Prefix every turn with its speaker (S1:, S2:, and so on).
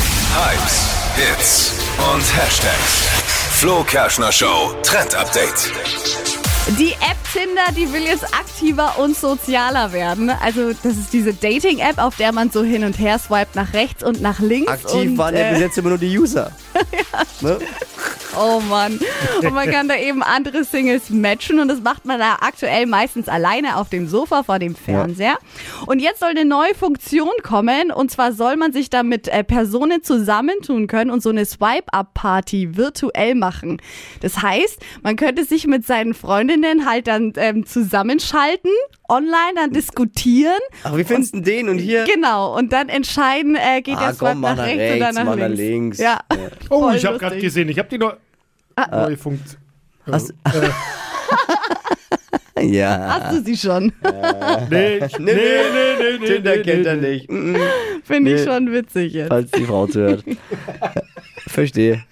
S1: Hypes, Hits und Hashtags. Flo Kerschner Show Trend Update.
S2: Die App Tinder, die will jetzt aktiver und sozialer werden. Also das ist diese Dating-App, auf der man so hin und her swiped nach rechts und nach links.
S3: Aktiv
S2: und,
S3: waren ja bis jetzt immer nur die User. ne?
S2: Oh Mann. Und man kann da eben andere Singles matchen und das macht man da aktuell meistens alleine auf dem Sofa vor dem Fernseher. Und jetzt soll eine neue Funktion kommen und zwar soll man sich da mit äh, Personen zusammentun können und so eine Swipe-Up-Party virtuell machen. Das heißt, man könnte sich mit seinen Freundinnen halt dann ähm, zusammenschalten, online dann diskutieren.
S3: Ach, wie findest du den und hier?
S2: Genau, und dann entscheiden, äh, geht
S3: Ah,
S2: der Swipe
S3: komm, mal
S2: nach
S3: nach
S2: rechts, oder
S3: rechts,
S2: nach
S3: mal
S2: links.
S3: nach links.
S2: Ja.
S4: Oh,
S2: Voll
S4: ich habe gerade
S2: lustig. Ah.
S4: gesehen, ich habe die neu, neue Funktion.
S3: Hast- Ja.
S2: Hast du sie schon?
S4: Nee, nee, nee, nee, nee.
S3: Tinder
S4: nee,
S3: kennt er
S4: nee.
S3: nicht. Mm, mm,
S2: Finde ich
S3: Nee.
S2: schon witzig jetzt.
S3: Falls die Frau zuhört. Verstehe.